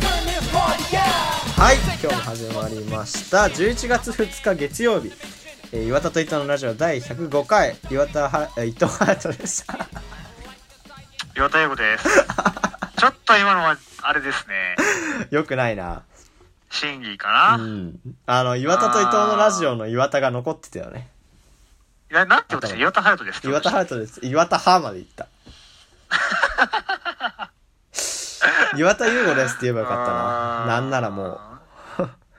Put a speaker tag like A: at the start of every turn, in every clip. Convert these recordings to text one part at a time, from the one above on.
A: turn this party out
B: はい今日も始まりました11月2日月曜日、えー岩田と伊藤のラジオ第105回岩田はえー伊藤ハートでした
C: 岩田英語です。ちょっと今のは、あれですね。
B: よくないな
C: 審議か
B: う
C: な、
B: んあの岩田と伊藤のラジオの岩田が残ってたよね
C: いやなんてことですか岩田ハヤトです。
B: 岩田ハートです岩田ハーまで行 った岩田優吾ですって言えばよかったな
C: あー
B: なんならもう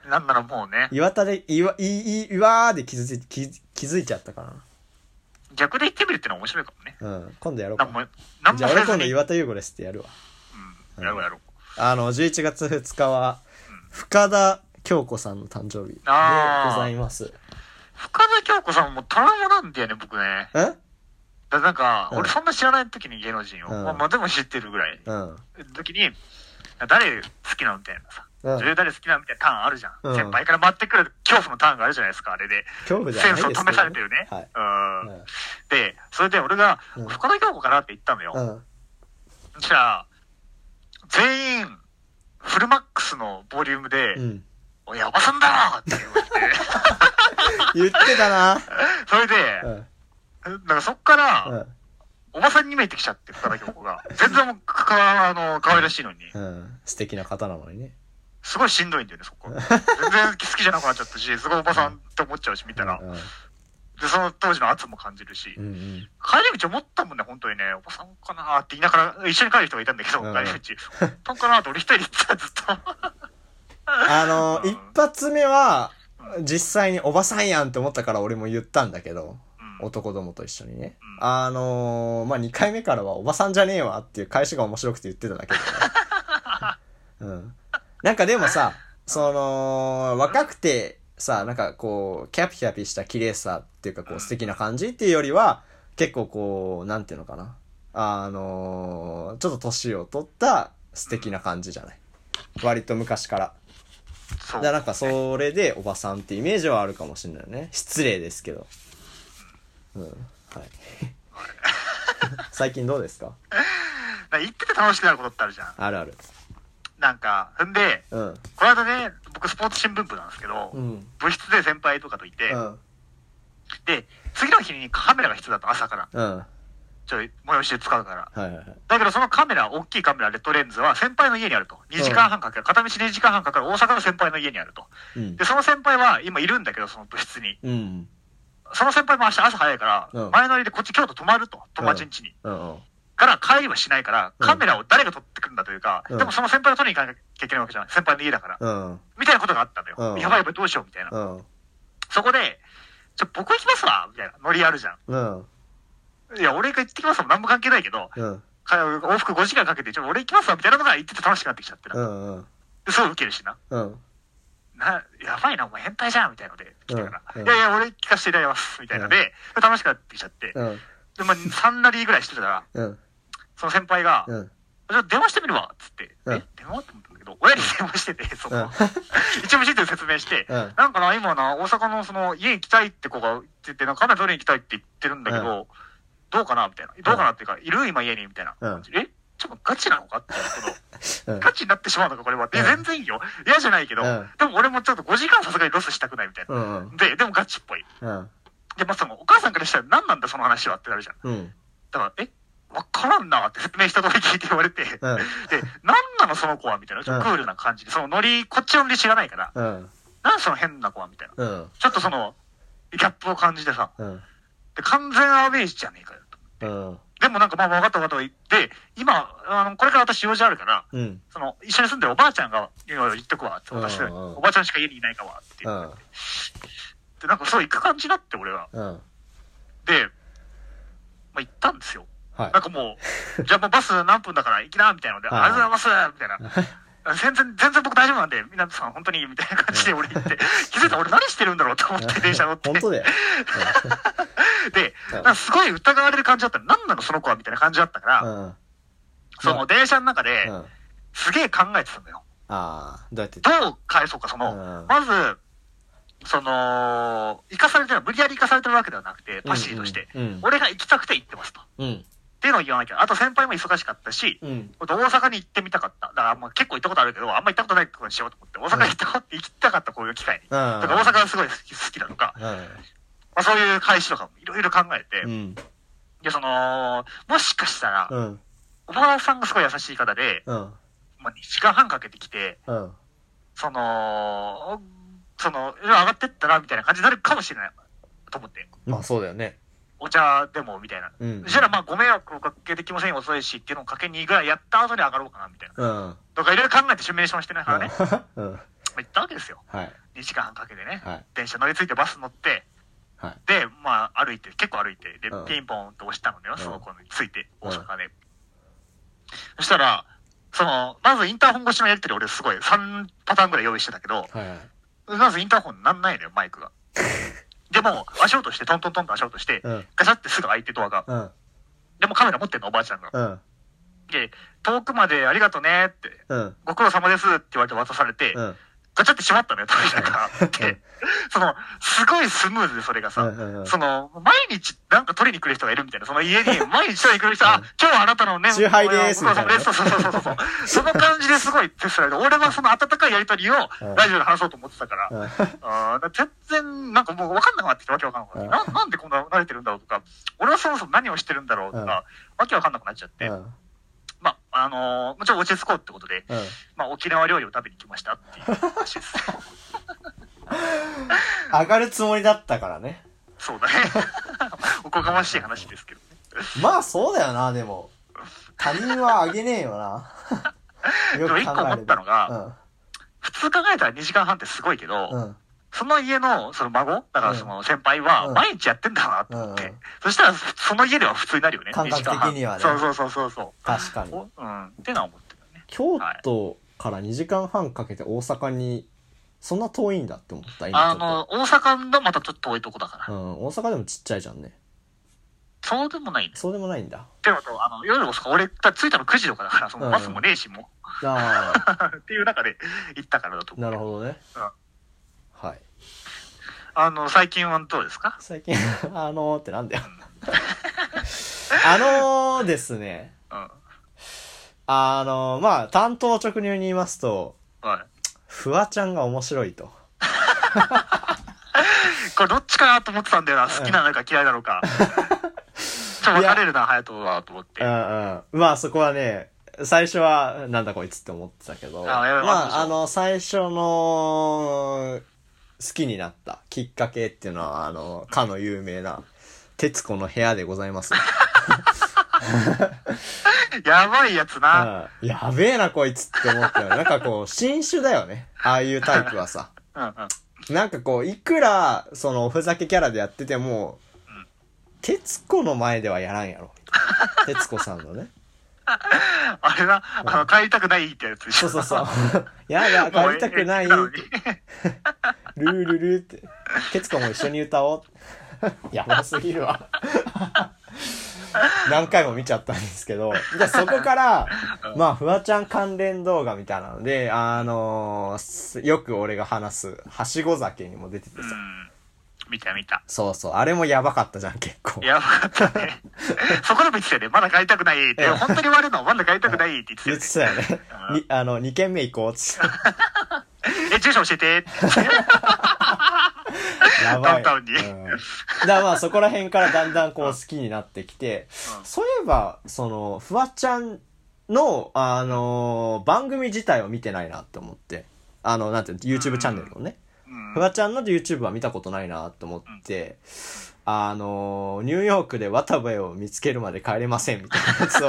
C: なんならもうね。
B: 岩田で岩いい岩ーで気づい気づ気づいちゃったか
C: 逆で言ってみるってのは面白いかもね。
B: なうん今度やろう
C: なんも
B: か、
C: なんも
B: じゃあ俺
C: せず
B: 今
C: に
B: 度岩田優吾ですってやるわ
C: うん。やろうやろう。
B: あの、11月2日は、深田京子さんの誕生日で
C: あー
B: ございます。
C: 深田恭子さんもトラウマなんだよね、僕ね。
B: え
C: だなんか、
B: うん
C: 俺そんな知らない時に芸能人
B: う
C: を。
B: ん
C: まあ、まあでも知ってるぐらい。
B: うん。
C: 時に、誰好きなのみたいなさ。
B: うん
C: 女優誰好きなのみたいなターンあるじゃん。
B: うん
C: 先輩から回ってくる恐怖のターンがあるじゃないですか、あれで。
B: 恐怖じゃ
C: セ
B: ない
C: ン
B: で
C: ス
B: す
C: を
B: けど、
C: 試されてるね。
B: はい。
C: うん。で、それで俺が、
B: うん
C: 深田恭子かなって言ったのよ。
B: うん。うん。
C: じゃあ、全員、フルマックスのボリュームで、
B: うん。
C: おい、ヤバさんだろって言われて、
B: 言ってたな。
C: それで、
B: うん。
C: なんかそっから、
B: うん。
C: おばさんに見えてきちゃって、深田恭子が。全然もうかか、あの、可愛らしいのに、
B: うん。素敵な方なのにね。
C: すごいしんどいんだよね、そこ。全然好きじゃなくなっちゃったし、すごいおばさんって思っちゃうし、見たら
B: う。ん。
C: で、その当時の圧も感じるし、
B: うんうん。
C: 帰り道思ったもんね、本当にね、おばさんかなーって言いながら、一緒に帰る人がいたんだけど、
B: うん
C: 帰り道、おばさんかなーって俺一人で行ってた、ずっと。
B: あの、
C: うん
B: 一発目は、実際におばさんやんって思ったから俺も言ったんだけど、
C: うん
B: 男どもと一緒にね。
C: うん
B: あのーまあ、2回目からはおばさんじゃねえわっていう返しが面白くて言ってただけど ね。うん。なんかでもさ、その、若くてさ、なんかこう、キャピキャピした綺麗さっていうかこう素敵な感じっていうよりは、結構こう、なんていうのかな。あのーちょっと年を取った素敵な感じじゃない。割と昔から。
C: そ
B: だからなんかそれでおばさんってイメージはあるかもしれないね失礼ですけどうんはい最近どうですか
C: なんか行ってて楽しくなることってあるじゃん。
B: あるある
C: なんか、んで、
B: うん
C: この間ね、僕スポーツ新聞部なんですけど、
B: うん
C: 部室で先輩とかといて、
B: うん
C: で、次の日にカメラが必要だった、朝から。
B: うんは
C: ちょ、催しで使うから。
B: いはいはい
C: だけどそのカメラ、大きいカメラ、レッドレンズは先輩の家にあると。2時間半かけ、片道2時間半かかる大阪の先輩の家にあると。
B: うん
C: で、その先輩は今いるんだけど、その部室に。
B: うん
C: その先輩も明日朝早いから、
B: うん
C: 前乗りでこっち京都泊まると。友達ん家に。
B: うんうん
C: から帰りはしないから、
B: うん
C: カメラを誰が撮ってくるんだというか、
B: うん
C: でもその先輩が撮りに行かなきゃいけないわけじゃない。先輩の家だから。
B: うん
C: みたいなことがあったのよ。
B: うん
C: やばいやばいどうしようみたいな。
B: うん
C: そこで、ちょ、僕行きますわみたいなノリあるじゃ
B: うん
C: ん。いや、俺が行ってきますわも何も関係ないけど、
B: うん
C: か往復5時間かけて、ちょ、俺行きますわみたいなのが言ってて楽しくなってきちゃってな。
B: うんうん
C: ですごいウケるしな。
B: うん
C: な、やばいな、お前変態じゃんみたいなので、来てから、
B: うんうん
C: いやいや、俺聞かせていただきますみたいなので、楽しくなってきちゃって。
B: うん
C: で、まあ、3なりぐらいしてたら、
B: うん
C: その先輩が、
B: うん
C: じゃあ電話してみるわっつって、
B: うん
C: え電話って思ったんだけど、親に電話してて、その、
B: うん
C: 一部シート説明して、
B: うん
C: なんかな、今な、大阪のその、家行きたいって子が言ってて、なんかカメラ撮りに行きたいって言ってるんだけど、どうかなみたいな。どうかなっていうか、いる今家にみたいな。
B: うん
C: えちょっとガチなのかって言うけど、
B: うん
C: ガチになってしまうのか、これは。え、
B: うん
C: 全然いいよ。嫌じゃないけど、
B: うん
C: でも俺もちょっと5時間さすがにロスしたくないみたいな。
B: うん
C: で、でもガチっぽい。
B: うん
C: で、まあ、その、お母さんからしたら何なんだその話はってなるじゃん。
B: うん
C: だから、えわからんなって説明したとき聞いて言われて、
B: うん
C: で、なんなのその子はみたいな、ちょっと
B: う
C: クールな感じで、そのノリ、こっちのノリ知らないから、
B: うん
C: なんその変な子はみたいな。
B: うん
C: ちょっとその、ギャップを感じてさ、
B: うん
C: で完全アウェイじゃねえかよと。
B: うん
C: でもなんかまあ分かった分かったと言って、今、あの、これから私用事あるから、
B: うん
C: その、一緒に住んでるおばあちゃんが言うのを言っとくわって私で、
B: うんうんうん
C: おばあちゃんしか家にいないかわって
B: う
C: 言っ
B: ん
C: て、なんかそう行く感じだって俺は。
B: うん
C: で、まあ行ったんですよ。
B: はい
C: なんかもう、じゃあもうバス何分だから行きな、みたいなので、
B: はい
C: ありがとうございます、みたいな。 全然、全然僕大丈夫なんで、皆さん本当に、みたいな感じで俺 言って、気づいたら俺何してるんだろうと思って電車乗って。
B: 本当だよ。
C: で、
B: うん
C: なんかすごい疑われる感じだったの。何なのその子はみたいな感じだったから、
B: うん。うん。
C: その電車の中で、
B: あ
C: すげえ考えてたのよ。
B: あー、どうやって。
C: どう返そうか、その、
B: うん
C: まず、その、生かされてる、無理やり生かされてるわけではなくて、パシリとして、
B: うんうんうん
C: 俺が行きたくて行ってますと。っ
B: うん。
C: ていうのを言わなきゃ。あと先輩も忙しかったし、
B: うん。
C: 大阪に行ってみたかった。だから、まあ、結構行ったことあるけど、あんま行ったことないところにしようと思って、大阪に行った、行きたかったこういう機会に。
B: う
C: と
B: ん。
C: か、大阪がすごい好き好きだとか、まあ、そういう返しとかもいろいろ考えて、
B: うん。
C: で、その、もしかしたら、
B: うん。
C: おばあさんがすごい優しい方で、
B: うん。
C: まあ、2時間半かけてきて、
B: うん。
C: その、その、いろいろ上がってったな、みたいな感じになるかもしれない。と思って。
B: まあ、そうだよね。
C: お茶でも、みたいな。
B: うん
C: そしたら、まあ、ご迷惑をおかけできませんよ、遅いし、っていうのをかけにぐらいやった後に上がろうかな、みたいな。
B: うん。
C: とか、いろいろ考えてシミュレーションしてないからね、ま
B: うん。うん
C: あ行ったわけですよ。
B: はい。
C: 2時間半かけてね。
B: はい。
C: 電車乗り継いでバス乗って、
B: はい。
C: で、まあ、歩いて、結構歩いて、で
B: うん、
C: ピンポンと押したのね
B: ん、
C: その子について、
B: うん
C: 大阪で。そしたら、その、まずインターホン越しのやりとり俺すごい3パターンぐらい用意してたけど、
B: はい。はい。
C: まずインターホンなんないのよ、マイクが。でも、足音して、トントントンと足音して、
B: うん。
C: ガチャってすぐ開いてドアが。
B: うん。
C: でもカメラ持ってんの、おばあちゃんが。
B: うん。
C: で、遠くまでありがとねって、
B: うん。
C: ご苦労様ですって言われて渡されて、
B: うん。
C: ガチャって閉まったのよ、トイレが。
B: うん
C: で、その、すごいスムーズでそれがさ、
B: うんうんうん
C: その、毎日なんか取りに来る人がいるみたいな、その家 に毎日取りに来る人、あ、今日はあなたのね、
B: チューハイです
C: ご苦労様です。そうそうそうそうそう。その感じですごいテストされて、俺はその温かいやりとりを
B: うん
C: ラジオで話そうと思ってたから、
B: うん。
C: あーだから全然、なんかもう分かんなくなってきて、わけわかんなくなってきて、ななんでこんな慣れてるんだろうとか、俺はそもそも何をしてるんだろうと
B: うん
C: か、わけわかんなくなっちゃって、
B: うん。
C: まあ、あのーもちろん落ち着こうってことで、
B: うん。
C: まあ、沖縄料理を食べに来ましたっていう話 です。
B: 上がるつもりだったからね。
C: そうだね。 おこがましい話ですけどね。
B: まあ、そうだよな、でも。他人はあげねえよな。
C: で
B: よ
C: も
B: く
C: 一個
B: 考
C: 思
B: え
C: っ
B: れ
C: たの
B: ば。
C: が、普通考えたら2時間半ってすごいけど、
B: うん。うん。
C: その家のその孫、だからその先輩は
B: うん
C: 毎日やってんだなと思って、
B: うんうん
C: そしたらその家では普通になるよね、
B: 感覚的にはね
C: 2時間半そうそうそうそう
B: 確かに
C: そう。。おうん、ってのは思ってたね。
B: 京都から2時間半かけて大阪にそんな遠いんだって思った今ち
C: あ
B: ょっ
C: の、大阪のまたちょっと遠いとこだから、
B: と、うん、大阪でもちっちゃいじゃんね
C: そうでもないね。
B: そうでもないんだ
C: ってのと、あの、夜遅く、俺、だ着いたの9時とかだから、そのバスもねえし、も
B: ああ
C: う、っていう中で行ったからだと思う。
B: なるほどね
C: うん
B: はい
C: あの、最近はどうですか
B: 最近 あのーってなんだよ あのーですね
C: うん。
B: あのーまあ担当直入に言いますと
C: は
B: フワちゃんが面白いと
C: い。これ、どっちかなと思ってたんだよな。好きなのか嫌いなの か。ちょっと分かれるな、隼人は、と思って
B: うん。うんまあそこはね、最初は、なんだこいつって思ってたけど、
C: あやばい
B: ま
C: そう
B: ああの、最初の、好きになったきっかけっていうのは、あの、かの有名な、徹子の部屋でございます。
C: やばいやつな。
B: うん、やべえなこいつって思ったよ。なんかこう、新種だよね。ああいうタイプはさ。
C: うんうん。
B: なんかこう、いくら、その、おふざけキャラでやってても、徹子の前ではやらんやろ。徹子さん のね。
C: あれな、あの、帰りたくないってやつでし
B: そ
C: ょ。
B: うそう そう。やだ、
C: もう
B: 帰りたくない。
C: のに
B: ルールルーって。ケツコも一緒に歌おう。 やばすぎるわ。何回も見ちゃったんですけど。で、そこから、まあ、フワちゃん関連動画みたいなので、あのーすよく俺が話す、はしご酒にも出てて
C: う
B: さ。
C: ん。見た見た。
B: そうそう、あれもやばかったじゃん、結構。
C: やばかった ね。そこでも言ってたよね。まだ帰りたくないって。本当に言われるのまだ帰りたくないって言ってた
B: 言
C: よ
B: っ
C: ね
B: て。たよね。に、あの、2軒目行こうっつって。
C: え、住所教えてって。
B: やばい。
C: ダウンタウンに
B: うんだからまあそこら辺からだんだんこう好きになってきて、
C: うん
B: そういえば、その、フワちゃんの、あのー番組自体は見てないなって思って、あの、なんていうの YouTube チャンネルのね、
C: うん
B: フワちゃんの YouTube は見たことないなって思って、あのーニューヨークで渡部を見つけるまで帰れませんみたいなや つを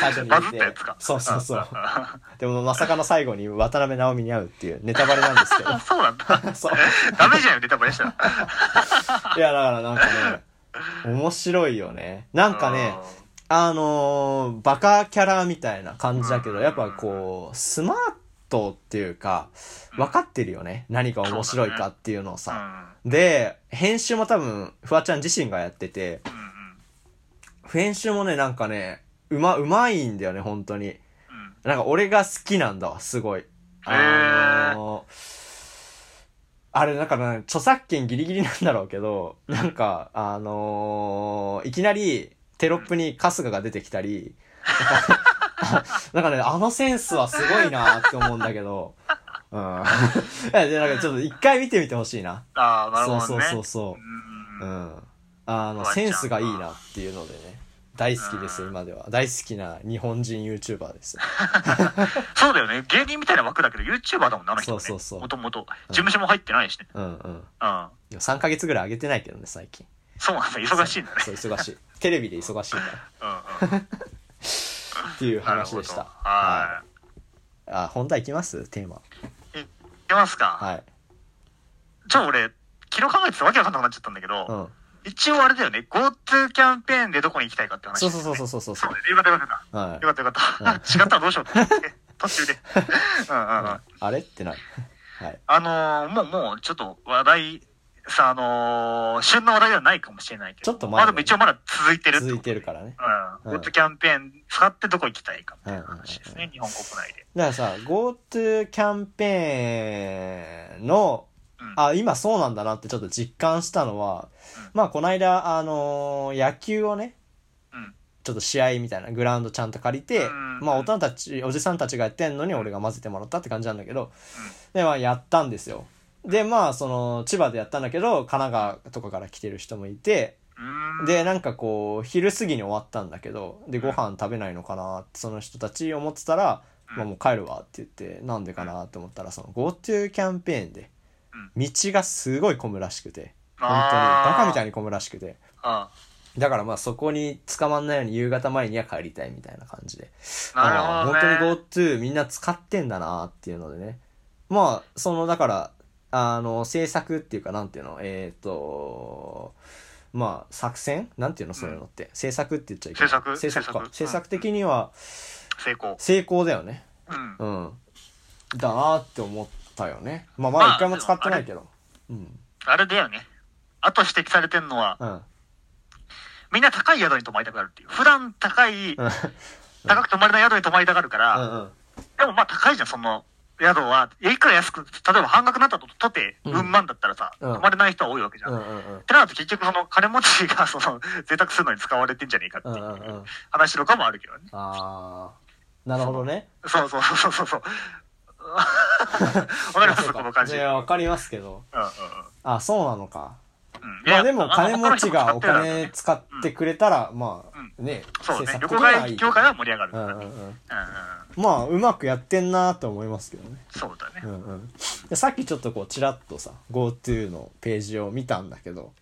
B: 最初に
C: バズ
B: 見
C: った
B: て
C: やつか、
B: そうそう そう。
C: あ、
B: でもまさかの最後に渡辺直美に会うっていうネタバレなんですけど
C: そうな んだ。
B: そう。
C: ダメじゃんよ、ネタバレしたら。
B: いや、だからなんかね、面白いよね。なんかね、あのーバカキャラみたいな感じだけど、やっぱこう、スマートトっていうか、分かってるよね。何が面白いかっていうのを
C: うん
B: さ。で、編集も多分、フワちゃん自身がやってて、
C: うんうん
B: 編集もね、なんかね、うま、うまいんだよね、本当に。
C: うん
B: なんか俺が好きなんだわ、すごい。
C: ー
B: あのあれ、なんかね、著作権ギリギリなんだろうけど、なんか、あのーいきなりテロップに春日が出てきたり、 なんかなんかね、あのセンスはすごいなって思うんだけど、うん。 で、なんかちょっと一回見てみてほしいな。
C: ああ、なるほ
B: そ
C: ど
B: う
C: ね。
B: そうそう
C: う
B: そう。うん
C: うん
B: ん。あの、
C: フワちゃ
B: セ
C: ん
B: ンスがいいなっていうのでね、大好きですよ、今では。大好きな日本人 YouTuber です。
C: そうだよね。芸人みたいな枠だけど、YouTuber だもんな、あの人ね。
B: そうそうそう
C: もともと。事務所も入ってないしね。
B: うんうん。
C: うん。
B: でも3ヶ月ぐらい上げてないけどね、最近。
C: そうなんだ、忙しいんだね。
B: そう、忙しい。テレビで忙しいから。
C: うんうん。
B: っていう
C: なる
B: 話
C: ほ
B: で
C: ど。
B: した。。
C: はい
B: あ、本題いきますテーマ。
C: い。いけますか。
B: はい。
C: じゃあ俺、昨日考えてたわけわかんなくなっちゃったんだけど、
B: うん。
C: 一応あれだよね、GoTo キャンペーンでどこに行きたいかって話、
B: そ
C: ね。
B: うそうそう
C: う。
B: そうそうそう
C: そうだねよかったよかった。
B: は
C: よかったよかった。違ったらどうし ようと思って、途中で。うんうんうん。
B: い。あれってなる。はい。
C: あのーもう、もう、ちょっと話題、さ、あのー旬の話題ではないかもしれないけ
B: ち
C: ど。
B: ょっと前
C: まあでも一応まだ続いてるってこと
B: 続いてるからね。
C: うん。
B: うん
C: GoTo キャンペーン使ってどこ行きたいかみたいな話です
B: うんうんうんう
C: ね、日本国内で。
B: だからさ、GoTo キャンペーンの、
C: うん
B: あ、今そうなんだなってちょっと実感したのは、まあ、この間、あのー野球をね、
C: うん
B: ちょっと試合みたいなグラウンドちゃんと借りて、
C: うん
B: まあ大人たちおじさんたちがやってんのに俺が混ぜてもらったって感じなんだけど、でまあやったんですよでまあその千葉でやったんだけど神奈川とかから来てる人もいて
C: うーん。
B: でなんかこう昼過ぎに終わったんだけどでご飯食べないのかなってその人たち思ってたら、まあ、もう帰るわって言ってなんでかなって思ったらその GoTo キャンペーンで道がすごい混むらしくて本当に
C: あー
B: バカみたいに混むらしくて。
C: あ
B: だからまあそこに捕まんないように夕方前には帰りたいみたいな感じで。
C: なるほどね
B: ああ本当に GoTo みんな使ってんだなっていうのでね。まあ、そのだから、あの、政策っていうかなんていうの、えっ、と、まあ作戦なんていうのそういうのって。政策って言っちゃいけない。
C: 政策
B: 政策か。
C: 政
B: 政
C: 策
B: 策的には
C: 成功。
B: 成功だよね。
C: うん。
B: うん。だなって思ったよね。まあまだ一回も使ってないけど。うん。
C: あれだよね。あと指摘されてるのは、
B: うん。
C: みんな高い宿に泊まりたくなるっていう。普段高
B: う
C: い、
B: ん。
C: 高く泊まれない宿に泊まりたがるか
B: う
C: ら、
B: んうん。
C: でもまあ高いじゃん、その宿は。いくら安く、例えば半額になったととて、
B: うん
C: うん万だったらさ、
B: うん
C: 泊まれない人は多いわけじゃ。
B: うんん
C: っ
B: うんうん。
C: てなると結局その金持ちがその贅沢するのに使われてんじゃねえかって
B: うん
C: い
B: うんう。
C: うん話とかもあるけどね。
B: ああ、なるほどね。
C: そうそうそうそうそう。わかりますこの感じ。
B: い
C: うんうん
B: や、わかりますけど。
C: うん
B: あ、そうなのか。
C: うんい
B: ま
C: や
B: あでも、金持ちがお
C: 他の人も使っ
B: 金使
C: てるだろうね
B: ってくれたら、まあ、ね、
C: そうね。
B: 政策
C: 旅
B: 的
C: 行
B: にはい
C: 会
B: い
C: 業界は盛り上がる
B: う
C: から
B: ん
C: ね。
B: うんうん。
C: うんうん
B: まあ、うまくやってんなーと思いますけどね。
C: そうだね
B: う。んうん。で、さっきちょっとこう、ちらっとさ、GoTo のページを見たんだけど、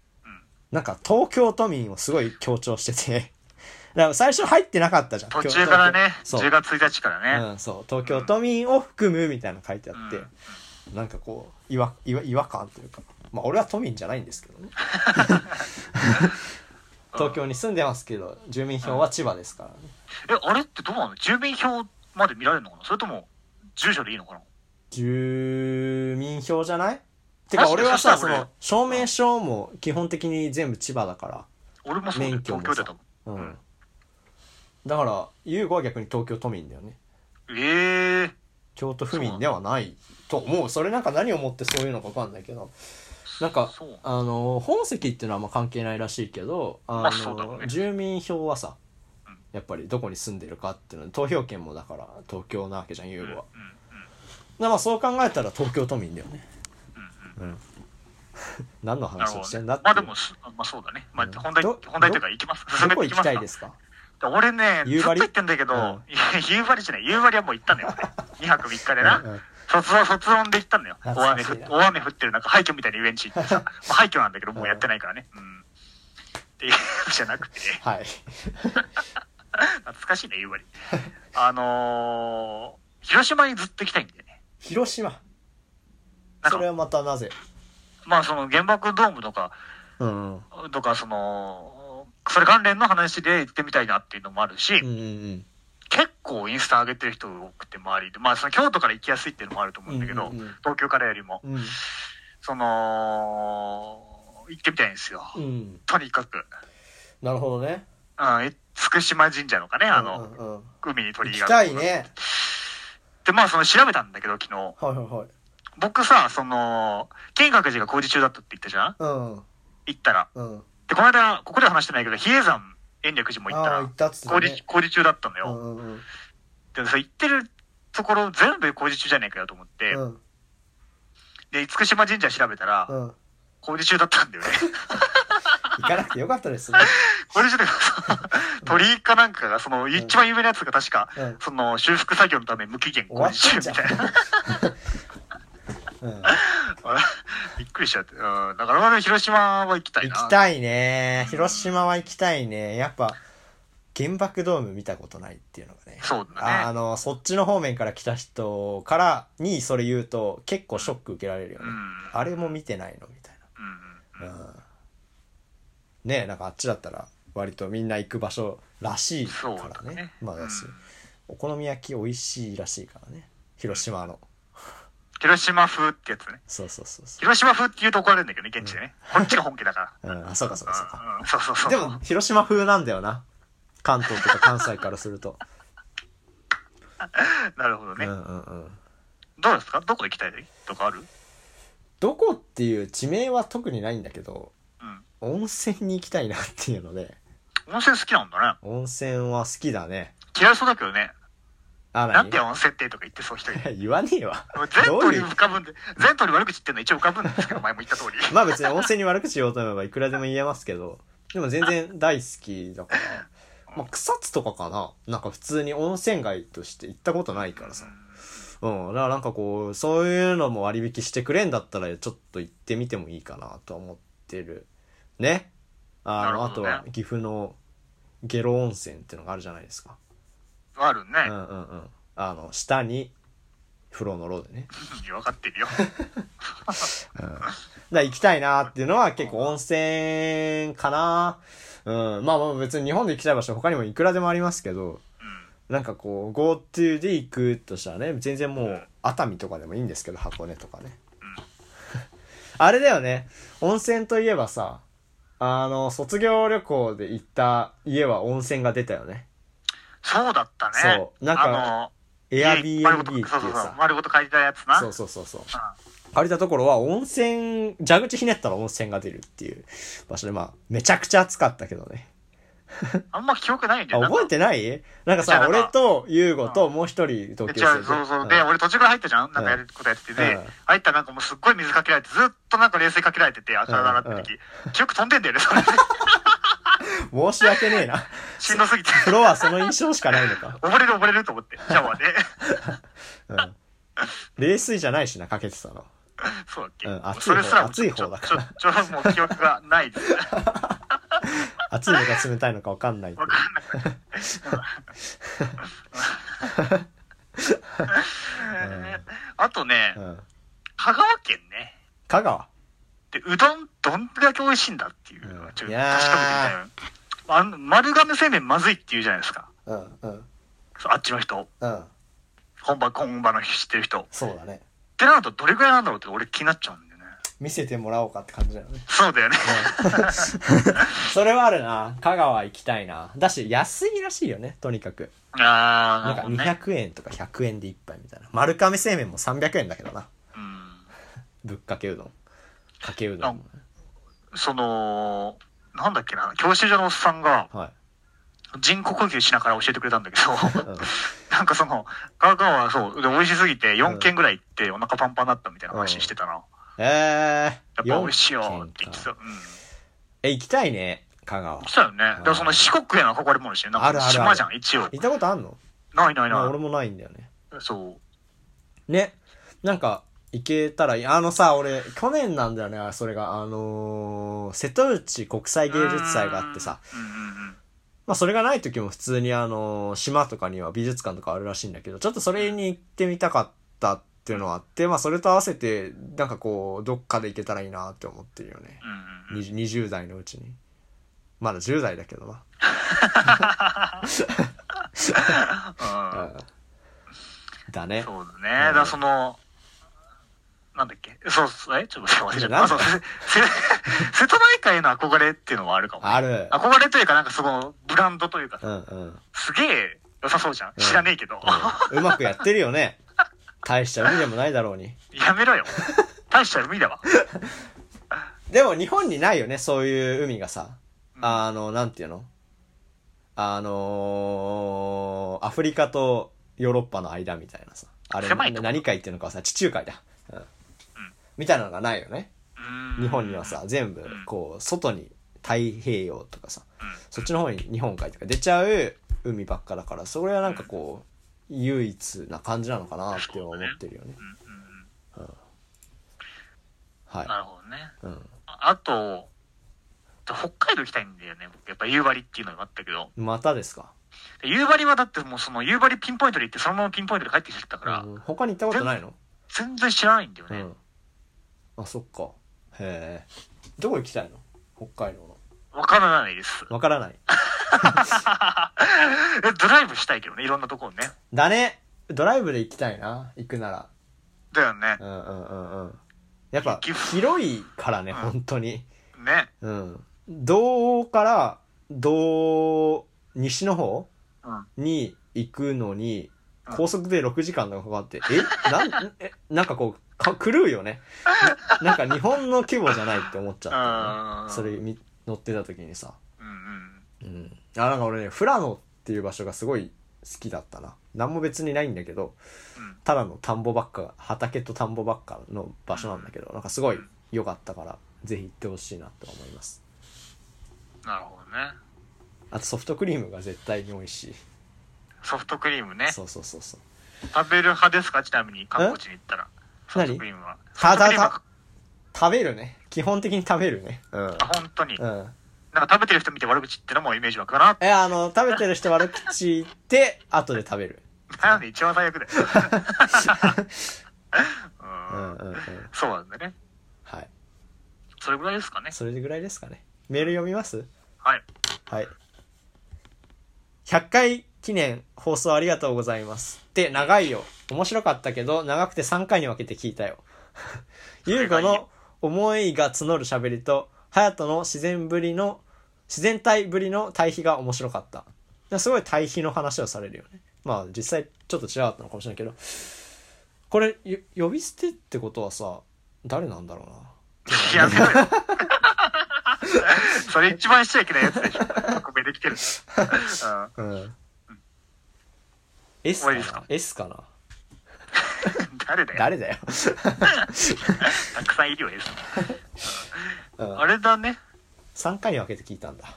B: なんか東京都民をすごい強調してて、 だから最初入ってなかったじゃん。
C: 途中からね、
B: そう
C: 10月1日からね。
B: うん、そう東京都民を含むみたいなの書いてあって、
C: うん
B: なんかこう違和違和違和感というかまあ俺は都民じゃないんですけどね 東京に住んでますけど住民票は千葉ですからね
C: え、あれってどうなの住民票まで見られるのかなそれとも、住所でいいのかな
B: 住民票じゃないて
C: 確
B: か
C: か
B: 俺はさ
C: そ
B: そう
C: だね
B: の証明書も基本的に全部千葉だか
C: 俺もそうだよ、
B: 免許
C: 東
B: も
C: 京
B: さ
C: だと思
B: らう
C: うん
B: んだから優吾は逆に東京都民だよね
C: う。ええ
B: 京都府民ではないと思うそれなんか何をもってそういうのか分かんないけどなんか
C: そう
B: あの本籍っていうのはあんま関係ないらしいけど
C: ま
B: あ
C: あそうだろ
B: の
C: うね
B: 住民票はさ
C: うん
B: やっぱりどこに住んでるかっていうので投票権もだから東京なわけじゃん優
C: う
B: 吾
C: んうん
B: は、だまあそう考えたら東京都民だよねうん 何の
C: うんなる
B: 話
C: ほ
B: をして
C: どね
B: んだっ。て
C: ま
B: い
C: あ
B: う
C: でも、すまあそうだね。ま
B: うん
C: あ本題、
B: ど
C: 本題というか、行きます。
B: ど
C: 進め
B: こ
C: てい
B: 行き
C: きます
B: たい
C: か
B: ですか
C: 俺ね、ず
B: 夕
C: っと
B: 張
C: 言ってんだけど、
B: う
C: い
B: ん
C: や夕張じゃない、夕張はもう行ったん だよ、俺。2泊3日で
B: うんう。
C: なん卒論、卒論で行ったんだよ。
B: 懐
C: 大
B: か
C: 雨
B: しい
C: ふ、
B: な
C: 大雨降ってるなんか廃墟みたいな遊園地行ってさ。 まあ廃墟なんだけど、もうやってないからね。うん。っていう のじゃなくて、
B: はい
C: 懐かしいね、夕張。あのー、広島にずっと行きたいんだよね。
B: 広島
C: なん
B: それ
C: か、
B: はまたなぜ
C: まあその原爆ドームとか、
B: うんうん
C: とか、その、それ関連の話で行ってみたいなっていうのもあるし、
B: うんうん
C: 結構インスタ上げてる人多くて周りで、まあその京都から行きやすいっていうのもあると思うんだけ
B: う
C: ど、
B: んうんうん
C: 東京からよりも、
B: うん。
C: その、行ってみたいんですよ。
B: うん。
C: とにかく。
B: なるほどね。
C: うん、え厳島神社のかね、あの、
B: うんうんうん
C: 海に鳥
B: 行
C: 居
B: き
C: が。
B: たい。ね。
C: で、まあその調べたんだけど、昨日。
B: はいはいはい。
C: 僕さ、その、金閣寺が工事中だったって言ったじゃん
B: うん。
C: 行ったら。
B: うん。あ
C: で、この間、ここでは話してないけど、比叡山延暦寺も行った
B: あー、行
C: ら
B: っ、たっつって
C: 工
B: た
C: 事
B: ね。
C: 工事中だったの
B: う
C: よ。
B: んうんうん。
C: でさ、行ってるところ全部工事中じゃねえかよと思って、
B: うん
C: で、厳島神社調べたら、
B: うん。行
C: 工事中だったんだよね。
B: かなくてよかったですね。
C: 工事中で、 鳥居かなんかが、その、一番有名なやつが確か、
B: うん
C: その、修復作業のため無期限
B: 終
C: 工
B: わっ
C: 事
B: たん
C: 中
B: じゃ
C: み
B: ん
C: たいな。
B: う ん。
C: あら びっくりしちゃって。うん。だから俺はね広島は行きたい
B: 行
C: な。
B: きたいね。広島は行きたいね。やっぱ、原爆ドーム見たことないっていうのがね。
C: そうだね
B: ああの、そっちの方面から来た人からにそれ言うと結構ショック受けられるよね。
C: うん
B: あれも見てないのみたい
C: うんうんうん。
B: な。うん。ねえ、なんかあっちだったら割とみんな行く場所らしいか
C: そうだ
B: らね。
C: ね
B: まあだし、
C: うん
B: お好み焼き美味しいらしいからね。広島の。
C: 広島風ってやつね。
B: そうそうそうそ
C: 広島風って言うと怒られるんだけどね、現地でね。こっちが本家だか。
B: う。うん、あ、そうかそうから そうか。
C: うんうんそうそうそう。
B: でも、広島風なんだよな。関東とか関西からすると。
C: なるほど
B: う
C: ね
B: ん。うんうん。
C: どうですかどこ行きたいとかある
B: どこっていう地名は特にないんだけど、
C: うん。
B: 温泉に行きたいなっていうので、
C: 温泉好きなんだね。
B: 温泉は好きだね。
C: 嫌いそうだけどね。
B: あ、
C: な
B: 何
C: んて温泉ってとか言ってそう一人で。
B: 言わねえわ。
C: 全
B: どう
C: 通
B: い
C: り
B: う
C: 浮かぶんで、全通り悪口言ってんのは一応浮かぶんですけど、前も言った通り。
B: まあ別に温泉に悪口言おうと思えばいくらでも言えますけど、でも全然大好きだ から。まあ草津とかかななんか普通に温泉街として行ったことないからさ。うん。だからなんかこう、そういうのも割引してくれんだったらちょっと行ってみてもいいかなとは思ってる。ね。あの、
C: な
B: あ
C: るほ
B: と
C: どね
B: は岐阜の下呂温泉っていうのがあるじゃないですか。
C: あるね。
B: うんうんうん。あの、下に風呂のろでね。
C: いや分かってるよ。
B: だから行きたいなっていうのは結構温泉かなうん。まあまあ別に日本で行きたい場所他にもいくらでもありますけど、なんかこう GoTo で行くとしたらね、全然もう熱海とかでもいいんですけど、箱根とかね。 あれだよね。温泉といえばさ、あの、卒業旅行で行った家は温泉が出たよね。
C: そうだったね。
B: そうなんか
C: あの、
B: エアビー b っていう
C: そうそうそう
B: さ。。
C: 丸ごと借りたやつな。
B: そうそうそうそう。借りたところは温泉、蛇口ひねったら温泉が出るっていう場所で、まあ、めちゃくちゃ暑かったけどね。
C: うんあんま記憶ないんだ
B: あ、
C: よ。
B: 覚えてないなんかさ、
C: じゃあ
B: 俺と優吾ともう一人同級
C: じ
B: 生
C: ゃあ、
B: で。
C: そうそう。
B: ん
C: で、俺途中から入ったじゃんなんかやることやってて。で
B: うん
C: 入ったらなんかもうすっごい水かけられて、ずっとなんか冷水かけられてて、あ体洗ってる時。記憶飛んでんだよね、それ。
B: 申し訳ねえな。
C: しんどす ぎて。
B: プロはその印象しかないのか。
C: 溺れる溺れると思って、シャワーで。
B: うん。冷水じゃないしな、かけてたの。
C: そうだっけ、
B: うん熱い方
C: それすらも
B: 熱い方だから
C: ちょ、ちょ、ちょもう記憶がないです。
B: 熱いのか冷たいのかわかんないっていう
C: わかんなくなっ
B: ん
C: たあとね、
B: うん。
C: 香川県ね。
B: 香川。
C: で、うどん、どんだけ美味しいんだっていうの
B: う
C: を
B: ん
C: ちょっ
B: い
C: と確
B: やー
C: かめてみたい。あの、丸亀製麺まずいって言うじゃないですか。
B: うん、うん、
C: そうあっちの人。
B: うん。
C: 本場、本場の知ってる人。っ
B: そうだね。
C: てなるとどれくらいなんだろうって俺気になっちゃうんだよね。
B: 見せてもらおうかって感じだよね。
C: そうだよね。
B: それはあるな。香川行きたいな。だし、安いらしいよね、とにかく。
C: あー、
B: なんか
C: るほどね。
B: 200円とか100円で一杯みたいな。丸亀製麺も300円だけどな。
C: うん
B: ぶっかけうどん。かけうどんもね。
C: その、なんだっけな、教習所のおっさんが
B: はい。
C: 人工呼吸しながら教えてくれたんだけ
B: う
C: ど
B: ん、
C: なんかその、ガーガーはそう、で美味しすぎて4軒ぐらい行ってお腹パンパンだったみたいな話してたな。
B: えー、
C: やっぱ美味しいよ
B: 4
C: って言ってた。
B: か
C: うん。
B: え、行きたいね、香川。行
C: 来たよね。だからその四国への憧れもあるしね、な
B: あ
C: ん
B: る
C: か
B: あるある
C: 島じゃん、一応。
B: ったことあんの
C: ないない
B: まあ俺
C: な
B: もないんだよね。
C: い。そう。
B: ね。なんか、行けたらいい。あのさ、俺、去年なんだよね、それが。あのー瀬戸内国際芸術祭があってさ。
C: うんうん
B: まあそれがない時も普通にあの、島とかには美術館とかあるらしいんだけど、ちょっとそれに行ってみたかったっていうのはあって、まあそれと合わせて、なんかこう、どっかで行けたらいいなって思ってるよね。
C: うん。うんうんうん。
B: に20代のうちに。まだ10代だけどな。
C: うん
B: だね。
C: そうだね。だからその、なんだっけそうっすね。ちょっと待って、忘れちゃった。
B: な
C: あ
B: んだ
C: そうせせ瀬戸内海への憧れっていうのはあるかも。
B: ある。
C: 憧れというか、なんかその、ブランドというか
B: う、んうん。
C: すげえ良さそうじゃん。知らねえけど。
B: うんうまくやってるよね。大した海でもないだろうに。
C: やめ ろよ。大した海だわ。
B: でも日本にないよね、そういう海がさ。あの、なんていうのあのーアフリカとヨーロッパの間みたいなさ。あれ、
C: 狭いとこ
B: 何海っていうのかはさ、地中海だ。うん。みたいなのがないよね。
C: うん
B: 日本には。さ、全部、こう、外に太平洋とかさ、そっちの方に日本海とか出ちゃう海ばっかだから、それはなんかこう、唯一な感じなのかなって思ってるよね。はい。
C: なるほどね。
B: うん。
C: ああと、北海道行きたいんだよね。僕やっぱ夕張っていうのがあったけど。
B: またですか。
C: で夕張はだってもうその夕張ピンポイントで行って、そのままピンポイントで帰ってきちゃったから、
B: うん他に行ったことないの
C: 全然知らないんだよ
B: う
C: ね。
B: ん。あ、そっか。へえ。どこ行きたいの北海道の。
C: わからないです。
B: わからない。
C: えドライブしたいけどね、いろんなところね。
B: だねドライブで行きたいな。行くなら。
C: だよね
B: う。んうんうんうん。やっぱ
C: 岐阜
B: 広いからね、
C: うん
B: 本当に。
C: ね。
B: うん。道から、道、西の方
C: うん。
B: に行くのに
C: うん、
B: 高速で6時間とかかかって、えなん、え、なんかこう、か狂うよね。ななんか日本の規模じゃないって思っちゃった、
C: うん
B: ね。それ見乗ってた時にさ。
C: うん
B: う
C: うん。
B: ん。あ、なんか俺ね、富良野っていう場所がすごい好きだったな。なんも別にないんだけど、
C: うん
B: ただの田んぼばっか、畑と田んぼばっかの場所なんだけど、なんかすごい良かったから、ぜひ行ってほしいなと思います。
C: なるほどね。
B: あとソフトクリームが絶対に美味しい。
C: ソフトクリームね。
B: そうそうそうそう。
C: 食べる派ですかちなみに観光地に行ったら。ソフトクリームは。ソ
B: た
C: フト
B: だ
C: クリームは
B: た、食べるね。基本的に食べるね。うん。うん。
C: あ本当に。
B: いや、
C: なんか食べてる人見て悪口ってのもイメージ湧く な。
B: あの、食べてる人悪口言って、後で食べる。
C: なんで一番最悪 だよ。
B: う
C: うん
B: んうんうん。
C: そうなんだね。
B: はい。
C: それぐらいですかね。
B: それぐらいですかね。メール読みます
C: はい。
B: はい。100回記念放送ありがとうございます。で、長いよ。面白かったけど、長くて3回に分けて聞いたよ。 ゆうごの思いが募る喋りと、ハヤトの自然ぶりの、自然体ぶりの対比が面白かった。ですごい対比の話をされるよね。まあ実際ちょっと違かったのかもしれないけど、これ、よ呼び捨てってことはさ、誰なんだろうな。
C: やめろよ。 それ一番しちゃいけないやつでしょ。匿名できてる。うん
B: うん。S
C: 終わ
B: か
C: りです
B: な ?S か
C: か
B: な
C: 誰だよ。
B: 誰だよ。
C: たくさんいるよ、S。
B: うん
C: あれだね。
B: 3回に分けて聞いたんだ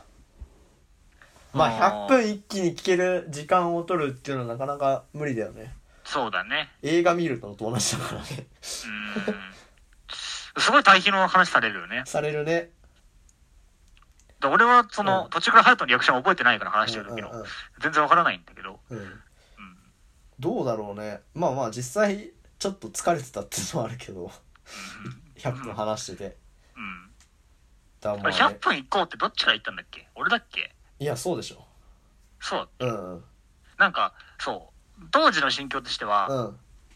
B: ま
C: あー
B: あ100分一気に聞ける時間を取るっていうのはなかなか無理だよね
C: そうだね。
B: 映画見るのと同じだからね
C: うんすごい対比の話されるよ ね。
B: されるね
C: で俺はその、
B: うん
C: 途中からハヤトのリアクション覚えてないから話してる時の、
B: うんうん
C: 全然わからないんだけど、
B: うんうんどうだろうねまあまあ実際ちょっと疲れてたっていうのはあるけど100分話してて
C: うん。
B: だから
C: あ
B: ま
C: れ
B: あ
C: 100
B: ね
C: 分行こうってどっちが言ったんだっけ俺だっけ
B: いやそうでしょ
C: そう。
B: うんうん
C: なんか、そう。当時の心境として
B: う
C: は、
B: ん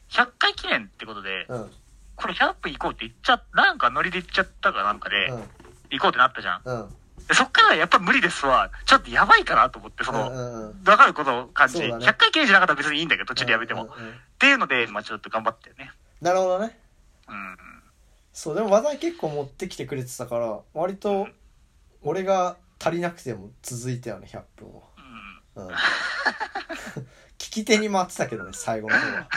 C: 100回記念ってことで、
B: うん
C: これ100分行こうって言っちゃ、なんかノリで言っちゃったかなんかで、
B: うん
C: 行こうってなったじゃん。
B: うん
C: でそっからやっぱ無理ですわ。ちょっとやばいかなと思って、そ
B: うん
C: の、
B: うんうん
C: わかること感じ、
B: そうだね
C: 100回記念じゃなかったら別にいいんだけど、途中でやめても。
B: うんうんうん
C: っていうので、まあちょっと頑張ってね。
B: なるほどね
C: うん。
B: そうでも話題結構持ってきてくれてたから割と俺が足りなくても続いたよね100分は、
C: うん
B: うん、聞き手に回ってたけどね最後の方は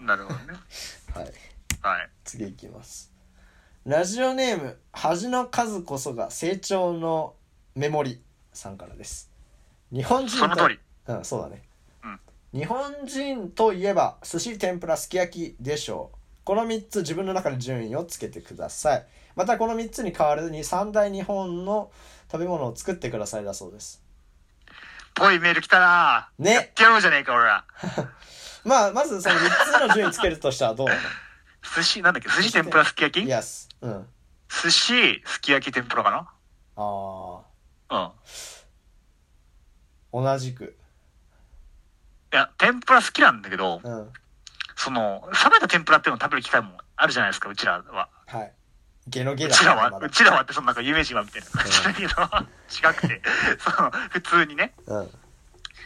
C: なるほどね。
B: はい
C: はい。
B: 次いきますラジオネーム「恥の数こそが成長のメモリ」さんからです日本人
C: その通り。
B: うん、そうだね。
C: うん
B: 日本人といえば、寿司、天ぷら、すき焼きでしょう。この3つ自分の中で順位をつけてください。またこの3つに変わらずに三大日本の食べ物を作ってくださいだそうです。
C: ぽいメール来たな
B: ね
C: やってやろうじゃねえか、俺ら。
B: まあ、まずその3つの順位つけるとしたら どうな
C: 寿司、なんだっけ寿司、天ぷら、すき焼
B: の
C: き
B: ?Yes。Yes うん。
C: 寿司、すき焼き、天ぷらか
B: ああ。
C: な
B: 同じく。
C: いや、天ぷら好きなんだけど、
B: うん。
C: その、冷めた天ぷらっていうのを食べる機会もあるじゃないですか、うちらは。
B: はい。ゲノゲ
C: う
B: だ
C: ちら
B: な
C: は、うちらはって、そのなんか有名人はみたいな 感じだけど、違くて、その、普通にね。
B: うん。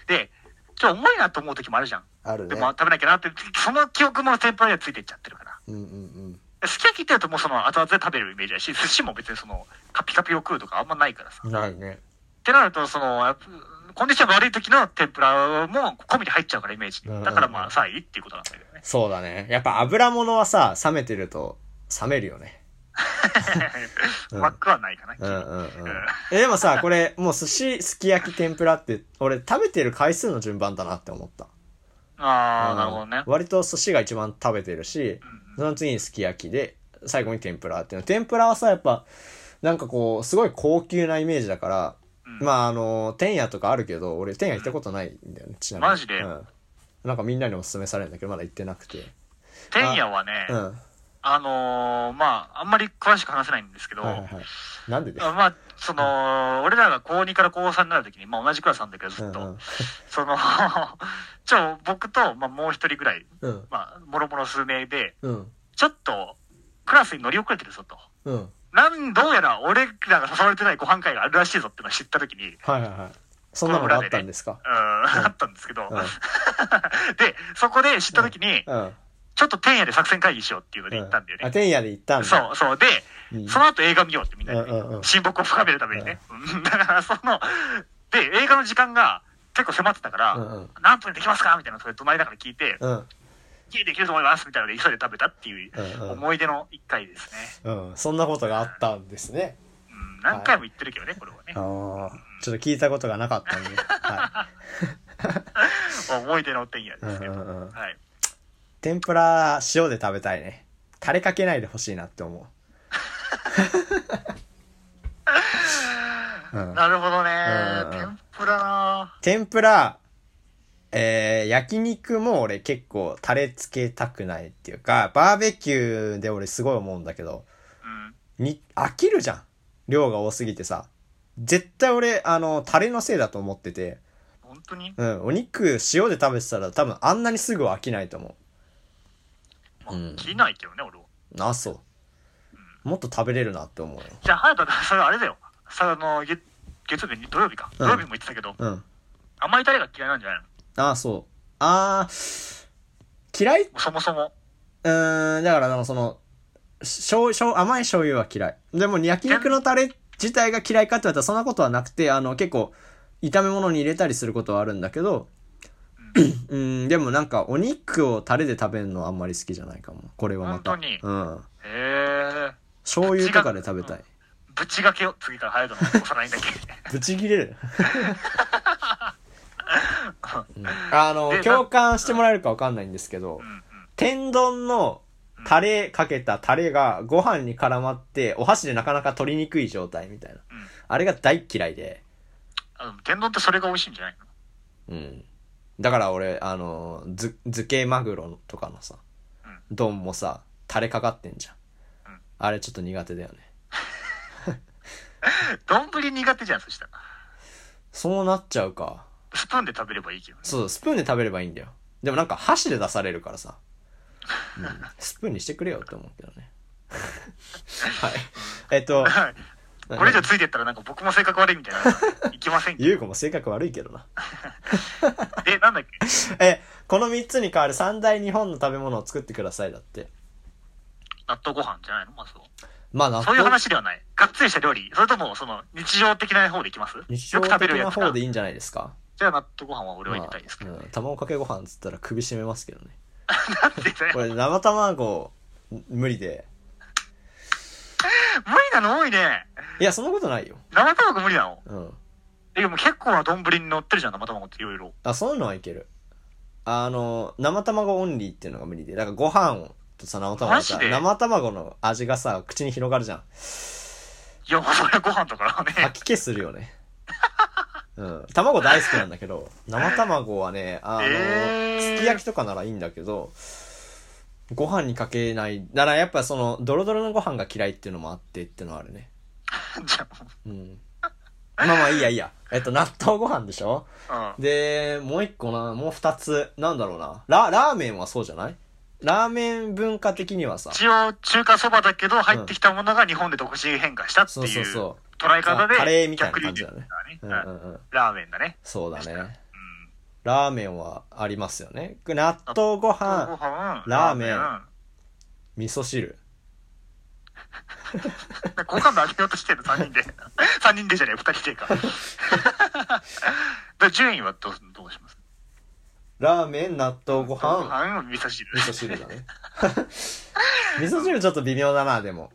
C: で、ちょ、重いなと思う時もあるじゃん。
B: ある
C: で
B: ね。
C: も、食べなきゃなって、その記憶も天ぷらにはついてっちゃってるから。
B: うんうんうん。
C: すき焼きってやるともうその後々で食べるイメージだし、寿司も別にその、カピカピを食うとかあんまないからさ。
B: ないね。
C: ってなると、その、やっぱコンディションが悪い時の天ぷらも込みで入っちゃうから、イメージに
B: うんうんうん。
C: だからまあ、3位っていうことなんだけどね
B: そうだね。やっぱ油物はさ、冷めてると、冷めるよね。 うん
C: マックはないかな。
B: うんうんうん
C: ん。
B: え、でもさ、これ、もう寿司、すき焼き、天ぷらって、俺食べてる回数の順番だなって思った。
C: あ
B: う
C: あ、
B: ん
C: なるほどね。
B: 割と寿司が一番食べてるし、その次にすき焼きで、最後に天ぷらっていうの。天ぷらはさ、やっぱ、なんかこう、すごい高級なイメージだから、
C: うん
B: まああの、天屋とかあるけど、俺天屋行ったことないんだよね、ちなみに。
C: マジで
B: うん。なんかみんなにおすすめされるんだけど、まだ行ってなくて。
C: 天野はね、
B: うん。はい
C: あのーまあ、あんまり詳しく話せないんですけど、
B: はいはい。なんでだよ。
C: あまあ、その、俺らが高2から高3になるときに、まあ同じクラスなんだけど、
B: う
C: ず
B: ん
C: っ
B: う
C: と、
B: ん。
C: その、 ちょ、僕と、まあもう一人ぐらい、
B: うん。
C: まあ、もろもろ数名で、
B: うん。
C: ちょっと、クラスに乗り遅れてるぞと。
B: うん。
C: なん、どうやら俺らが誘われてないご飯会があるらしいぞっていうのを知ったときに、
B: はいはいはい。そんなのがあったんですか
C: うん、 あったんですけど、
B: うん
C: で、そこで知ったときに、
B: うん。
C: ちょっと天野で作戦会議しようっていうので行ったんだよ
B: あ、
C: ね。
B: 天屋で行ったんだ。
C: そう、そう。で、
B: うん
C: その後映画見ようってみんなでね、
B: うんうんうん
C: 親睦を深めるためにね。うん だから、その、で、映画の時間が結構迫ってたから、
B: うんうん
C: 何分できますかみたいなのそれ隣だから聞いて、
B: うん。
C: 家できると思いますみたいなので急いで食べたっていう
B: うんうん
C: 思い出の一回です
B: う
C: ね。
B: ん。そんなことがあったんですね。
C: うん、何回も言ってるけどね、これはね
B: あ。あ。ちょっと聞いたことがなかったんで。 は
C: 思い出の天野ですね。
B: うんうんうん
C: はい。
B: い。天ぷら、塩で食べたいね。タレかけないでほしいなって思う。うん。
C: なるほどね
B: うん。うん
C: 天ぷらな
B: 天ぷら、えー、焼肉も俺結構タレつけたくないっていうか、バーベキューで俺すごい思うんだけど、
C: うん。
B: に、飽きるじゃん。量が多すぎてさ。絶対俺、あの、タレのせいだと思ってて、
C: 本当に、
B: うん、お肉塩で食べてたら多分あんなにすぐは飽きないと思
C: まあ
B: うん
C: 切ないけどね、俺は。
B: う。あ、そう。もっと食べれるなって思うよ。
C: じゃあ、隼人はそれあれだよ。さあの、月月曜日に土曜日か。土曜日も言ってたけど、
B: うん。
C: 甘いタレが嫌いなんじゃないのも
B: あ、そう。あー嫌いう
C: そもそも。
B: うーん、だからあの、その、醤醤甘い醤油は嫌い。でも焼肉のタレ自体が嫌いかって言われたらそんなことはなくて、あの、結構、炒め物に入れたりすることはあるんだけど、うん、でもなんかお肉をタレで食べるのはあんまり好きじゃないかも。これはまた。
C: 本当に
B: うん。
C: へえ。
B: 醤油とかで食べたい。
C: ぶちがけを次から隼人のおさらいだけ。
B: ぶち切れる。うんあの、共感してもらえるかわかんないんですけど、
C: うんうん。
B: 天丼のタレかけたタレがご飯に絡まってお箸でなかなか取りにくい状態みたいな。
C: うん
B: あれが大嫌いで。
C: あの天丼ってそれが美味しいんじゃないの
B: うん。だから俺、あの、ず、漬けマグロとかのさ、丼もさ、タレかかってんじゃん
C: うん。
B: あれちょっと苦手だよね。
C: 丼苦手じゃん、そしたら。
B: そうなっちゃうか。
C: スプーンで食べればいいけどね。
B: そう、スプーンで食べればいいんだよ。でもなんか箸で出されるからさ。うん、スプーンにしてくれよって思うけどね。 はい。えっと、
C: これ以上ついてったらなんか僕も性格悪い みたいな。いけませんけど。
B: ゆうこも性格悪いけどな。
C: え、なんだっけ
B: え、この3つに代わる三大日本の食べ物を作ってくださいだって。
C: 納豆ご飯じゃないのまずは。
B: まあ、納
C: そう
B: 豆
C: いう話ではない。がっつりした料理。それとも、その、日常的な方でいきます
B: 日
C: よ
B: 常
C: く食べ
B: 的
C: るや
B: な
C: つか
B: 方でいいんじゃないですか。
C: じゃあ、納豆ご飯は俺は入れ
B: ま
C: たいですけ
B: あ
C: ど。
B: うん、卵かけご飯っつったら首絞めますけどね。
C: なんでだ
B: こ
C: よ。
B: れ生卵、無理で。
C: 無理なの多いね。
B: いや、そんなことないよ。
C: 生卵無理なの
B: うん。
C: え、でも結構な丼に乗ってるじゃん、生卵っていろいろ。
B: あ、そういうのはいける。あの、生卵オンリーっていうのが無理で。だからご飯とさ、生卵
C: マ
B: が
C: ジ
B: さ、
C: で
B: 生卵の味がさ、口に広がるじゃん。
C: いや、もうそれはご飯とかだ ね。
B: 吐き気するよね。 うん。卵大好きなんだけど、生卵はね、あの、
C: えー
B: すき焼きとかならいいんだけど、ご飯にかけない。ならやっぱその、ドロドロのご飯が嫌いっていうのもあってっていうのはあるね。
C: じゃあ、
B: うん。まあまあいいやいいや。えっと、納豆ご飯でしょ
C: うん。
B: で、もう一個な、もう二つ、なんだろうな。ラ、ラーメンはそうじゃないラーメン文化的にはさ、
C: 一応、中華そばだけど、入ってきたものが日本で独自変化したって
B: そう
C: い
B: そう
C: う捉
B: そ
C: え方で、
B: カレーみたいな感じだね
C: 逆流
B: う。
C: 入
B: う
C: れ
B: んう
C: てたね
B: んうん。
C: ラーメンだね。
B: そうだね。
C: うん
B: ラーメンはありますよね。納豆ご
C: ご
B: 飯、
C: 飯、
B: ラーメン
C: ラ
B: 味噌汁。
C: ーメンご飯のあげようとしてる、3人で。3人 でじゃねえ、2人 でか。で順位はどうどうします
B: ラーメン、納豆ご飯、
C: 味噌汁。
B: 味噌汁だね。 味噌汁ちょっと微妙だな、でも。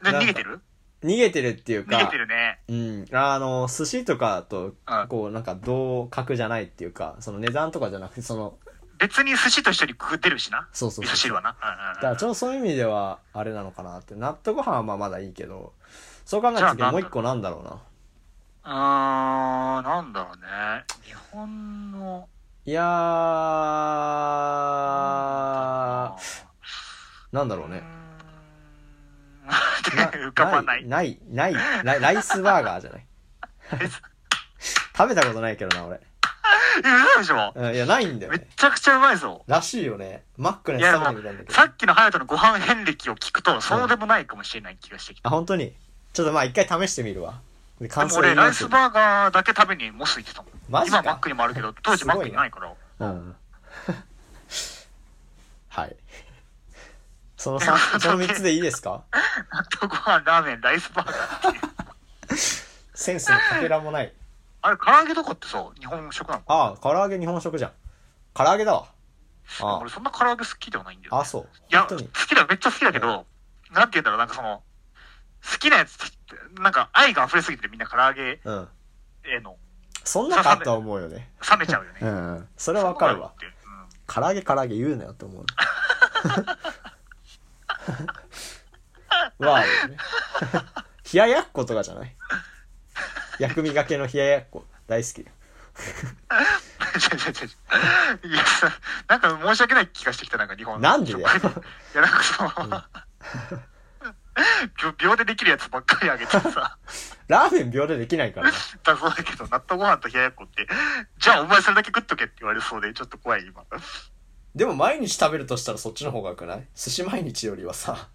C: で逃げてる
B: 逃げてるっていうか、
C: 逃げてるね。
B: うん。あの、寿司とかと
C: うん、
B: こう、なんか同格じゃないっていうか、その値段とかじゃなくて、その、
C: 別に寿司と一緒に食ってるしな。
B: そうそうそう
C: 味噌汁はな。
B: だ
C: うん
B: か
C: うんう
B: ら
C: ん
B: ちょうどそういう意味では、あれなのかなって。納豆ご飯はまあまだいいけど、そう考えた時
C: じゃあ
B: もう一個なんだろうな。
C: あー、なんだろうね。日本の。
B: いやー、なんだろうね。
C: って 浮かばない。
B: ない、ない、ライライスバーガーじゃない。 食べたことないけどな、俺。
C: え、嘘でしょ
B: うん、いや、ないんだよ
C: め
B: ね。
C: ちゃくちゃうまいぞ。
B: らしいよね。マックの
C: い
B: や
C: や、
B: つ
C: で
B: 食べてみ
C: も
B: たんだけど。
C: さっきの隼人のご飯遍歴を聞くと、そうでもないかもしれない気がしてきた。
B: あ、本当にちょっとまあ一回試してみるわ。で、
C: で
B: 感
C: も
B: 想言
C: 俺、
B: い
C: ラ
B: ま
C: イ
B: す
C: ス
B: よ
C: バーガーだけ食べにモス行ってたもん。
B: マジか
C: 今マックにもあるけど、当時マックにないから。
B: うん。 はい。その三、その三つでいいですか
C: 納豆ご飯、ラーメン、ライスバーガーっていう。
B: センスのかけらもない。
C: あれ、唐揚げとかってさ、日本食なの
B: ああ、唐揚げ日本食じゃん。唐揚げだわ。あ
C: 俺、そんな唐揚げ好きではないんだよね、
B: あ、あそう。
C: いや、
B: 本当
C: 好
B: に。
C: きだ、めっちゃ好きだけど、なんて言うんだろう、なんかその、好きなやつって、なんか愛が溢れすぎてみんな唐揚げ
B: うん。
C: への、
B: そんなかとは思うよね。
C: 冷めちゃうよね。
B: う
C: そ
B: んうん。それ
C: れ
B: はわかるわ。
C: うん。
B: 唐揚げ唐揚げ言うなよって 思うの。わあるよね。冷ややっことかじゃない薬味がけの冷ややっこ。大好き。
C: 違う違う違ういや、さなん か申し訳ない気がしてきた、なんか日本の
B: なん でだよ
C: 食にいや、なんかその、秒秒でできるやつばっかりあげてさ、
B: ラーメン秒でできないからね。
C: だそうだけど、納豆ご飯と冷ややっこって、じゃあお前それだけ食っとけって言われそうで、ちょっと怖い、今。
B: でも毎日食べるとしたらそっちの方が良くない寿司毎日よりはさ。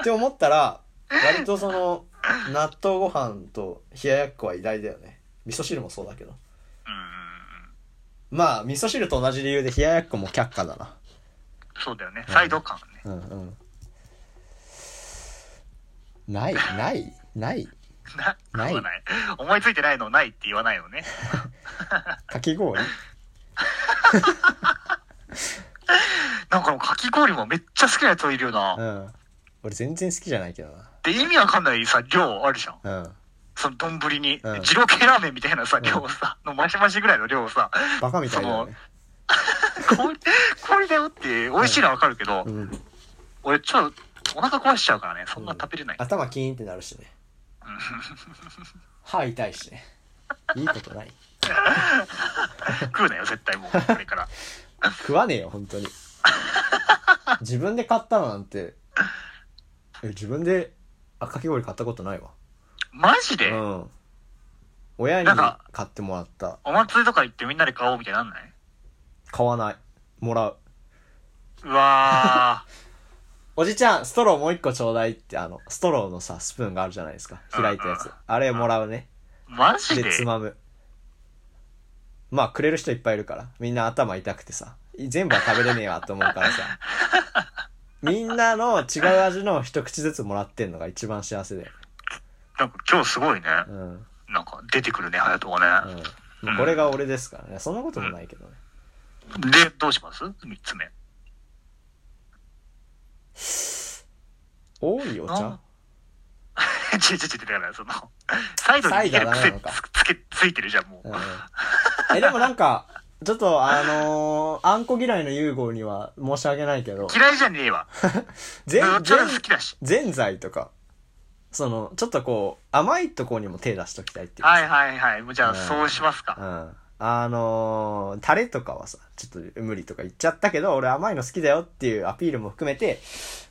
B: って思ったら、割とその、納豆ご飯と冷ややっこは偉大だよね。味噌汁もそうだけど。
C: うん、
B: まあ、味噌汁と同じ理由で冷ややっこも却下だな。
C: そうだよね。サイド感ね。
B: うんうん。ない、ない、ない。
C: な、
B: ない
C: 食わない。思いついてないのないって言わないのね。
B: かき氷
C: なんかもうかき氷もめっちゃ好きなやついるよ
B: う
C: な。
B: ん。俺全然好きじゃないけどな。
C: で、意味わかんないさ、量あるじゃん。
B: うん。
C: その丼に。
B: うん
C: 二郎系ラーメンみたいなさ、量をさ、のマシマシぐらいの量をさ、
B: バカみたいだよね。
C: 氷、氷だよって美味しいのはわかるけど
B: う、ん。
C: 俺ちょっとお腹壊しちゃうからね、そんな食べれない。
B: 頭キーンってなるしね。歯痛いしね。いいことない。
C: 食うなよ、絶 対もう、これから。
B: 食わねえよ本 当に自分で買ったのなんてえ自分であかき氷買ったことないわ
C: マジ
B: う
C: で
B: ん親に
C: なんか
B: 買ってもらった
C: お祭りとか行ってみんなで買おうみたいになんない
B: 買わないもらう
C: うわ
B: おじちゃんストローもう一個ちょうだいってあのストローのさスプーンがあるじゃないですか開いたや
C: う
B: つ
C: んうん
B: あれもらうね
C: ー、マ ジ
B: で
C: で
B: つまむまあくれる人いっぱいいるからみんな頭痛くてさ全部は食べれねえわと思うからさ みんなの違う味の一口ずつもらってんのが一番幸せで
C: なんか今日すごいね。
B: うん
C: なんか出てくるね、隼人がね。
B: うんもうこれが俺ですからねそんなこともないけどね、
C: で、どうします三つ目。
B: 多いお茶
C: ちょちょちょ、だから、その、サイドに逃げる
B: サイドは
C: 癖
B: ダメなのか
C: つつけ、ついてるじゃん、も
B: う
C: う。
B: んえでもなんかちょっとあのーあんこ嫌いの融合には申し訳ないけど
C: 嫌いじゃねえわ。
B: ぜ
C: どっ
B: ん
C: ちも好きだし。
B: ぜんぜんざいとかそのちょっとこう甘いとこにも手出しときたいっていうか
C: はいはいはい。もうじゃ
B: うん
C: あ、そうしますか。
B: うんあのー、タレとかはさ、ちょっと無理とか言っちゃったけど、俺甘いの好きだよっていうアピールも含めて、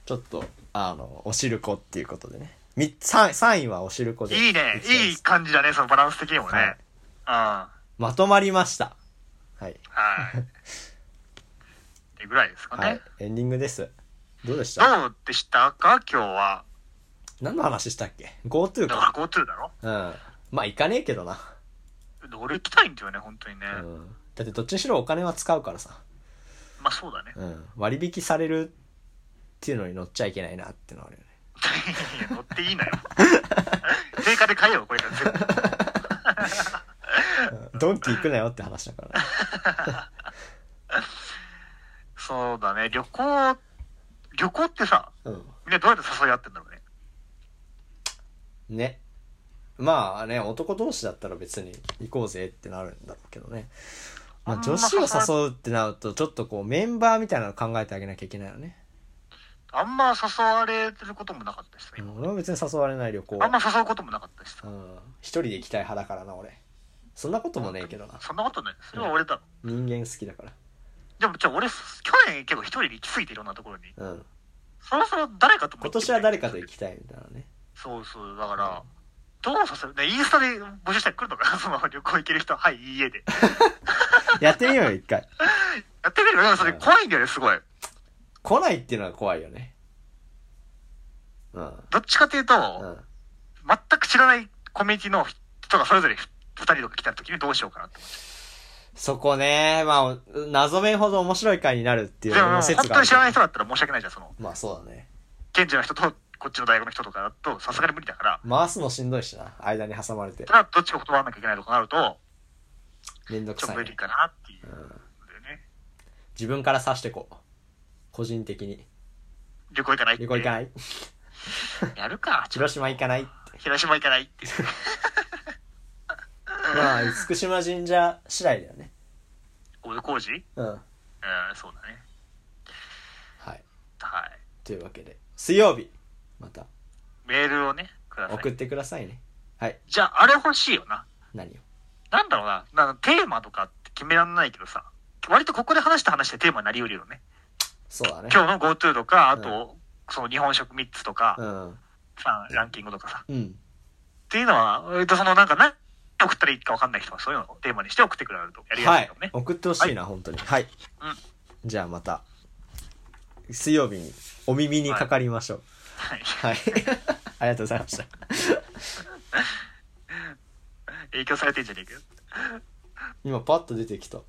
B: ちょっと、あの、おしるこっていうことでね。み三3位はおしるこで。
C: いいね
B: き。た
C: い
B: で
C: い
B: す
C: 感じだね、そのバランス的にもね。
B: はい
C: うん。は
B: まとまりました。はい。
C: い。ってぐらいですかね。
B: はい。エンディングです。どうでした
C: どうでしたか今日は。
B: 何の話したっけ ?GoTo
C: だから
B: か。
C: GoTo だろ
B: うん。まあ、行かねえけどな。
C: 俺行きたいんだよね、本当にね。
B: うん。だってどっちにしろお金は使うからさ。
C: まあそうだね。
B: うん。割引されるっていうのに乗っちゃいけないなってのはあるよね。
C: いや乗っていいなよ。 定価で買えよ、これから全部。
B: ドンキ行くなよって話だからね。
C: そうだね、旅行、旅行ってさ、
B: うん。
C: みんなどうやって誘い合ってんだろうね。
B: ねまあね男同士だったら別に行こうぜってなるんだろうけどね、まあ、女子を誘うってなるとちょっとこうメンバーみたいなの考えてあげなきゃいけないよね
C: あんま誘われてることもなかったしさ、
B: う
C: 今
B: ん俺は別に誘われない旅行
C: あんま誘うこともなかったしさ
B: う。ん一人で行きたい派だからな俺そんなこともねえけどな
C: そんなことない。それは俺だろ。
B: 人間好きだから
C: でも、じゃあ俺、去年結構一人で行き過ぎていろんなところに。
B: うん
C: そろそろ誰かとも
B: 今
C: 行ってみ
B: 年
C: たい
B: は誰かと行きたいみたいなね
C: そうそう、だから、どう誘うね、インスタで募集したら来るのかな その旅行行ける人、はい、いいえで。
B: やってみようよ一回
C: やってみるよ、でもそれ
B: うん
C: 怖いんだよね、すごい。
B: 来ないっていうのは怖いよねうん
C: どっちかというと、
B: うん
C: 全く知らないコミュニティの人がそれぞれ2人とか来た時にどうしようかなって思って。
B: そこねまあ謎めんほど面白い回になるっていう
C: でも、
B: 俺の
C: 本
B: 説が
C: 当
B: あ
C: に
B: る
C: 知らない人だったら申し訳ないじゃん、その、
B: まあそうだね
C: 現地の人と、こっちの大学の人とかだと、さすがに無理だから、
B: 回すのしんどいしな間に挟まれて
C: それはどっちか断らなきゃいけないとかなると、
B: めんどく
C: ちょっ
B: さ
C: と
B: い
C: 無
B: ね、
C: 理かなっていう
B: うん
C: だよね。
B: 自分から刺してこう個人的に
C: 旅行行かないって。
B: 旅行行かない
C: やるか。ちょっ
B: 広島行かないって
C: と広島行かないって。
B: まあ厳島神社次第だよね
C: お湯工事うん、
B: うんは
C: そうだね。
B: い
C: はい。
B: というわけで水曜日また
C: メールをね、くださ
B: 送っ
C: い。
B: てくださいねはい
C: じゃあ、あれ欲しいよな。
B: 何を
C: なんだろうな。なんかテーマとかって決めらんないけどさ。割とここで話した話でテーマになりうるよね。
B: そうだね
C: 今日の GoTo とか、あと、その日本食3つとか、
B: うん
C: さランキングとかさ。っ
B: うん
C: ていうのは、えっと、そのなんか何送ったらいいか分かんない人はそういうのをテーマにして送ってくれるとやりや
B: は
C: すい
B: い
C: かもね。
B: 送ってほしいな本当にはい
C: うん
B: じゃあまた水曜日にお耳にかかりましょう
C: はい。
B: はい ありがとうございました
C: 影響されてんじゃねえかよ。
B: 今パッと出てきた